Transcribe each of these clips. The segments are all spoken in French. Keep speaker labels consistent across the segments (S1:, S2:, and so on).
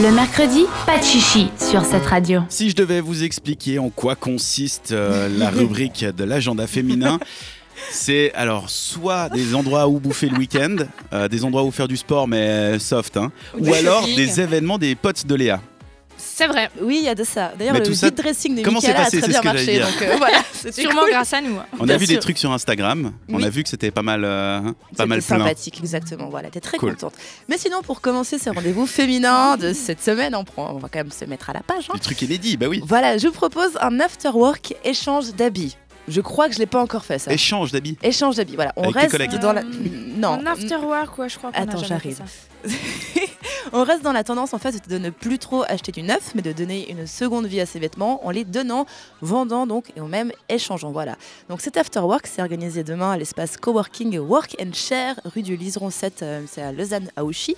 S1: Le mercredi, pas de chichi sur cette radio.
S2: Si je devais vous expliquer en quoi consiste euh, la rubrique de l'agenda féminin, c'est alors soit des endroits où bouffer le week-end, euh, des endroits où faire du sport mais soft, hein,
S3: Ou
S2: ou
S3: du
S2: alors
S3: shopping.
S2: des événements des potes de Léa.
S3: C'est vrai,
S4: Oui, il y a de ça. D'ailleurs,
S2: Mais
S4: le
S2: tout
S4: vide
S2: ça,
S4: dressing de
S2: comment c'est
S4: Michaela a
S2: passé,
S4: très
S2: c'est
S4: bien
S2: ce que
S4: marché.
S2: j'allais dire.
S4: Donc euh, voilà, c'était
S3: sûrement
S4: cool.
S3: grâce à nous. hein.
S2: On a
S4: Bien
S2: vu
S4: sûr.
S2: des trucs sur Instagram, on
S3: Oui.
S2: a vu que c'était pas mal, euh, pas
S4: C'était
S2: mal plein.
S4: sympathique, exactement. Voilà, t'es très
S2: Cool.
S4: contente. Mais sinon, pour commencer ce rendez-vous féminin de cette semaine, on, prend, on va quand même se mettre à la page. hein.
S2: Des trucs inédits, bah oui.
S4: Voilà, je vous propose un after-work échange d'habits. Je crois que je l'ai pas encore fait ça.
S2: Échange d'habits.
S4: échange d'habits, voilà. On
S2: Avec tes
S4: reste
S2: collègues.
S4: dans la.
S3: Euh,
S4: Non. mm.
S3: En after work, ouais, je crois. qu'on a
S4: Attends,
S3: jamais
S4: j'arrive.
S3: fait ça.
S4: On reste dans la tendance en fait de ne plus trop acheter du neuf, mais de donner une seconde vie à ses vêtements en les donnant, vendant donc et en même échangeant. Voilà. Donc cet after work, c'est organisé demain à l'espace coworking Work and Share, rue du Liseron 7, euh, c'est à Lausanne à Auchy.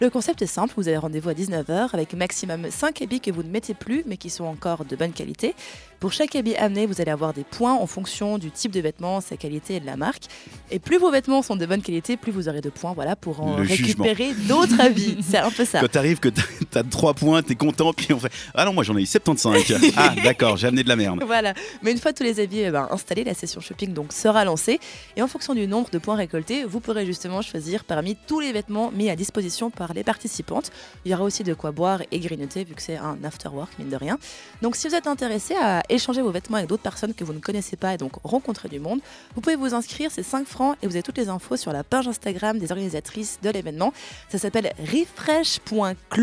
S4: Le concept est simple, vous avez rendez-vous à 19h avec maximum 5 habits que vous ne mettez plus mais qui sont encore de bonne qualité. Pour chaque habit amené, vous allez avoir des points en fonction du type de vêtement, sa qualité et de la marque. Et plus vos vêtements sont de bonne qualité, plus vous aurez de points voilà, pour en
S2: Le jugement.
S4: récupérer d'autres habits. C'est un peu ça.
S2: Quand t'arrives que t'as- t'as 3 points, t'es content, puis on fait Ah non, moi j'en ai eu 75. ah d'accord, j'ai amené de la merde.
S4: Voilà, mais une fois tous les habits eh ben, installés, la session shopping donc sera lancée. Et en fonction du nombre de points récoltés, vous pourrez justement choisir parmi tous les vêtements mis à disposition par les participantes. Il y aura aussi de quoi boire et grignoter vu que c'est un after work mine de rien. Donc si vous êtes intéressé à échanger vos vêtements avec d'autres personnes que vous ne connaissez pas et donc rencontrer du monde, vous pouvez vous inscrire, c'est 5 francs et vous avez toutes les infos sur la page Instagram des organisatrices de l'événement. Ça s'appelle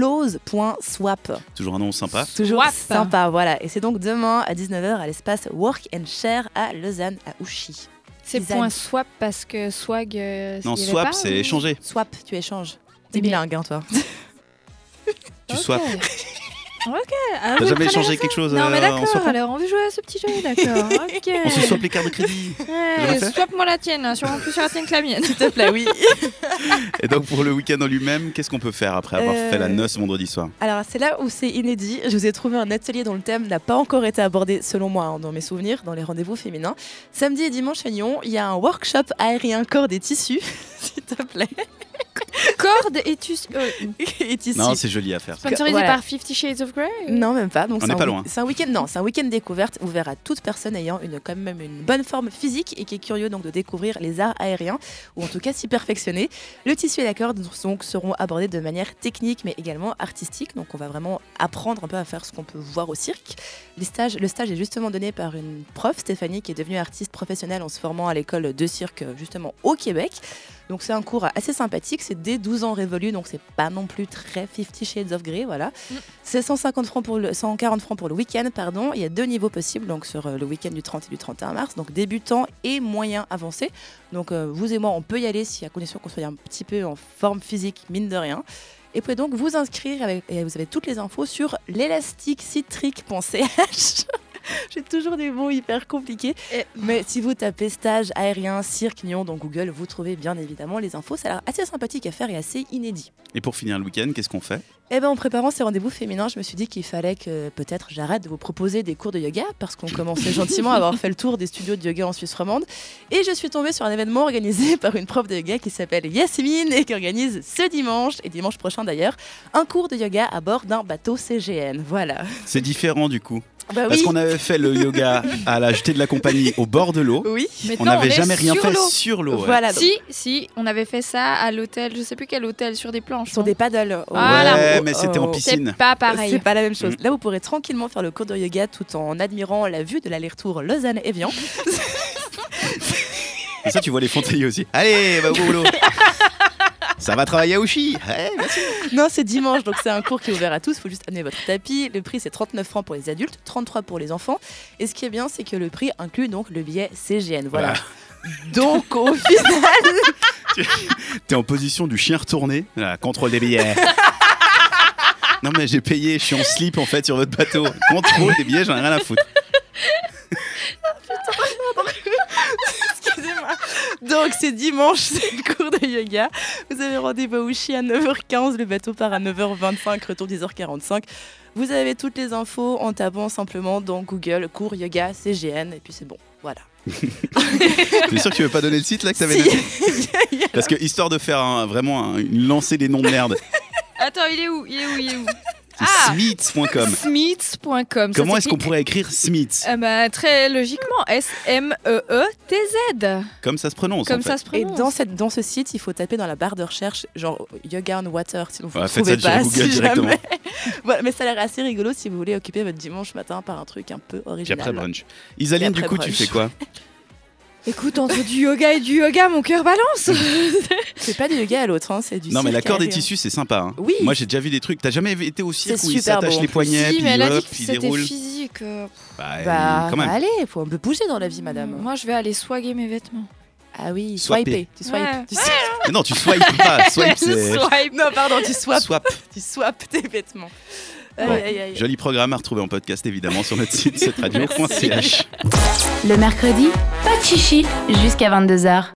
S4: refresh.close.swap.
S2: Toujours un nom sympa.
S4: Toujours
S3: Wap.
S4: sympa, voilà. Et c'est donc demain à 19h à l'espace Work and Share à Lausanne, à Ouchy.
S3: C'est
S4: Design.
S3: point swap parce que swag. euh,
S2: Non,
S3: il y avait
S2: swap,
S3: pas,
S2: c'est
S3: ou-
S2: échanger.
S4: Swap, tu échanges.
S3: Mais-
S4: T'es bilingue, hein, toi.
S2: Tu
S3: Ok.
S2: swaps.
S3: Ok. Ah,
S2: T'as
S3: vous
S2: jamais
S3: prenez
S2: échangé
S3: la
S2: quelque chose
S3: Non, mais
S2: euh, en
S3: d'accord,
S2: swappant
S3: alors on veut jouer à ce petit jeu, d'accord. Ok.
S2: On se swap les cartes de crédit. jamais fait
S3: Ouais, Swap-moi la tienne, hein, sûrement plus sur la tienne que la mienne.
S4: S'il te plaît, oui.
S2: Et donc pour le week-end en lui-même, qu'est-ce qu'on peut faire après avoir
S4: Euh,
S2: fait la noce vendredi soir
S4: Alors, c'est là où c'est inédit. Je vous ai trouvé un atelier dont le thème n'a pas encore été abordé, selon moi, hein, dans mes souvenirs, dans les rendez-vous féminins. Samedi et dimanche à Lyon, il y a un workshop aérien corps des tissus, s'il te plaît.
S3: Corde et tu. euh,
S4: Et tissus.
S2: Non, c'est joli à faire.
S3: sponsorisé
S4: Voilà.
S3: par Fifty Shades of Grey ou-
S4: Non, même pas. Donc
S2: On
S4: c'est
S2: n'est
S4: un
S2: pas
S4: week-
S2: loin.
S4: C'est un week-end. Non, c'est un week-end découverte ouvert à toute personne ayant une quand même une bonne forme physique et qui est curieux donc de découvrir les arts aériens ou en tout cas s'y perfectionner. Le tissu et la corde donc seront abordés de manière technique mais également artistique. Donc on va vraiment apprendre un peu à faire ce qu'on peut voir au cirque. Les stages, le stage est justement donné par une prof Stéphanie qui est devenue artiste professionnelle en se formant à l'école de cirque justement au Québec. Donc c'est un cours assez sympathique, c'est dès 12 ans révolus, donc c'est pas non plus très 50 Shades of Grey, voilà. C'est 150 francs pour le, 140 francs pour le week-end, pardon. Il y a deux niveaux possibles, donc sur euh, le week-end du 30 et du 31 mars, donc débutant et moyen avancé. Donc euh, vous et moi, on peut y aller si à condition qu'on soit un petit peu en forme physique, mine de rien. Et vous pouvez donc vous inscrire avec, et vous avez toutes les infos sur l'élasticcitrique.ch. J'ai toujours des mots hyper compliqués.
S3: Et-
S4: Mais si vous tapez stage aérien, cirque, Nyon dans Google, vous trouvez bien évidemment les infos. Ça a l'air assez sympathique à faire et assez inédit.
S2: Et pour finir le week-end, qu'est-ce qu'on fait
S4: Eh ben, en préparant ces rendez-vous féminins, je me suis dit qu'il fallait que peut-être j'arrête de vous proposer des cours de yoga parce qu'on commençait gentiment à avoir fait le tour des studios de yoga en Suisse romande. Et je suis tombée sur un événement organisé par une prof de yoga qui s'appelle Yasmine et qui organise ce dimanche, et dimanche prochain d'ailleurs, un cours de yoga à bord d'un bateau CGN. Voilà.
S2: C'est différent du coup.
S4: Bah
S2: Parce qu'on avait fait le yoga à la jetée de la compagnie au bord de l'eau.
S4: Oui.
S2: On
S3: Maintenant,
S2: n'avait
S3: est
S2: jamais rien
S3: sur
S2: fait
S3: l'eau.
S2: sur l'eau. ouais.
S4: Voilà. donc,
S3: Si, si, on avait fait ça à l'hôtel, je sais plus quel hôtel, sur des planches.
S4: ce sont
S3: non
S4: des paddles.
S3: Voilà.
S2: Ouais, mais c'était en
S4: Oh.
S2: piscine.
S3: C'est pas
S4: C'est
S3: pareil.
S4: pas la même chose.
S2: Mm.
S4: Là, vous pourrez tranquillement faire le cours de yoga tout en admirant la vue de l'aller-retour Lausanne-Evian.
S2: Et ça, tu vois les fontaines aussi. Allez, va au boulot. Ça va travailler à Ouchy. Ouais, merci.
S4: Non, c'est dimanche, donc c'est un cours qui est ouvert à tous. Il faut juste amener votre tapis. Le prix, c'est 39 francs pour les adultes, 33 pour les enfants. Et ce qui est bien, c'est que le prix inclut donc le billet CGN. Voilà. Donc, au final,
S2: T'es en position du chien retourné. Là, contrôle des billets. Non mais j'ai payé, je suis en slip en fait sur votre bateau. Contrôle des billets, j'en ai rien à foutre.
S4: excusez-moi. Donc, c'est dimanche, c'est le cours de yoga. Vous avez rendez-vous à Ouchy à 9h15. Le bateau part à 9h25, retour 10h45. Vous avez toutes les infos en tapant simplement dans Google cours yoga CGN. Et puis, c'est bon. Voilà.
S2: T'es sûr que tu veux pas donner le site là que t'avais
S4: Si.
S2: noté Parce que histoire de faire un- vraiment un- une lancée des noms de merde.
S3: Attends, il est où Il est où Il est où Ah
S2: Smiths.com.
S3: Smiths.com.
S2: Comment est-ce qu'on pourrait écrire Smith
S3: Ah bah, très logiquement, E S-M-E-E-T-Z,
S2: Comme ça se prononce
S3: Euh. comme
S2: en fait.
S3: ça se
S4: Et
S3: prononce.
S4: dans, cette, dans ce site, il faut taper dans la barre de recherche, genre yoga and water, sinon vous
S2: Ouais,
S4: ne
S2: faites
S4: trouvez
S2: ça
S4: pas.
S2: sur Google
S4: si
S2: directement.
S4: jamais. Voilà, mais ça a l'air assez rigolo si vous voulez occuper votre dimanche matin par un truc un peu
S2: Puis
S4: original.
S2: après brunch. Isaline,
S4: Et
S2: du
S4: après
S2: coup, tu
S4: brunch.
S2: fais quoi
S3: Écoute, entre du yoga et du yoga, mon cœur balance.
S4: C'est pas du yoga à l'autre, hein, c'est du
S2: Non, mais
S4: cirque
S2: l'accord
S4: à
S2: des
S4: aller, hein.
S2: tissus, c'est sympa. hein.
S4: Oui.
S2: Moi, j'ai déjà vu des trucs. T'as jamais été au cirque
S4: C'est
S2: où ils
S4: super
S2: s'attachent
S4: beau, en
S2: les
S4: plus.
S2: poignets,
S3: si,
S2: puis
S3: mais
S2: ils
S3: elle a
S2: hop,
S3: dit que
S2: puis ils
S3: c'était
S2: déroulent.
S3: physique. euh,
S2: Bah,
S4: Bah,
S2: quand même.
S4: allez, faut un peu bouger dans la vie, madame.
S3: Moi, je vais aller swaguer mes vêtements.
S4: Ah oui,
S2: Swiper.
S4: swiper. Tu swipes.
S3: Ouais.
S4: Tu swipes.
S2: Mais non, tu swipes pas. Swipe, c'est.
S3: Swipe.
S4: Non, pardon, tu swap.
S2: Swap.
S4: tu swapes tes vêtements.
S2: Bon,
S4: Aïe, aïe, aïe.
S2: Joli programme à retrouver en podcast évidemment sur notre site, cette radio.ch.
S1: Le mercredi, pas de chichi jusqu'à 22h.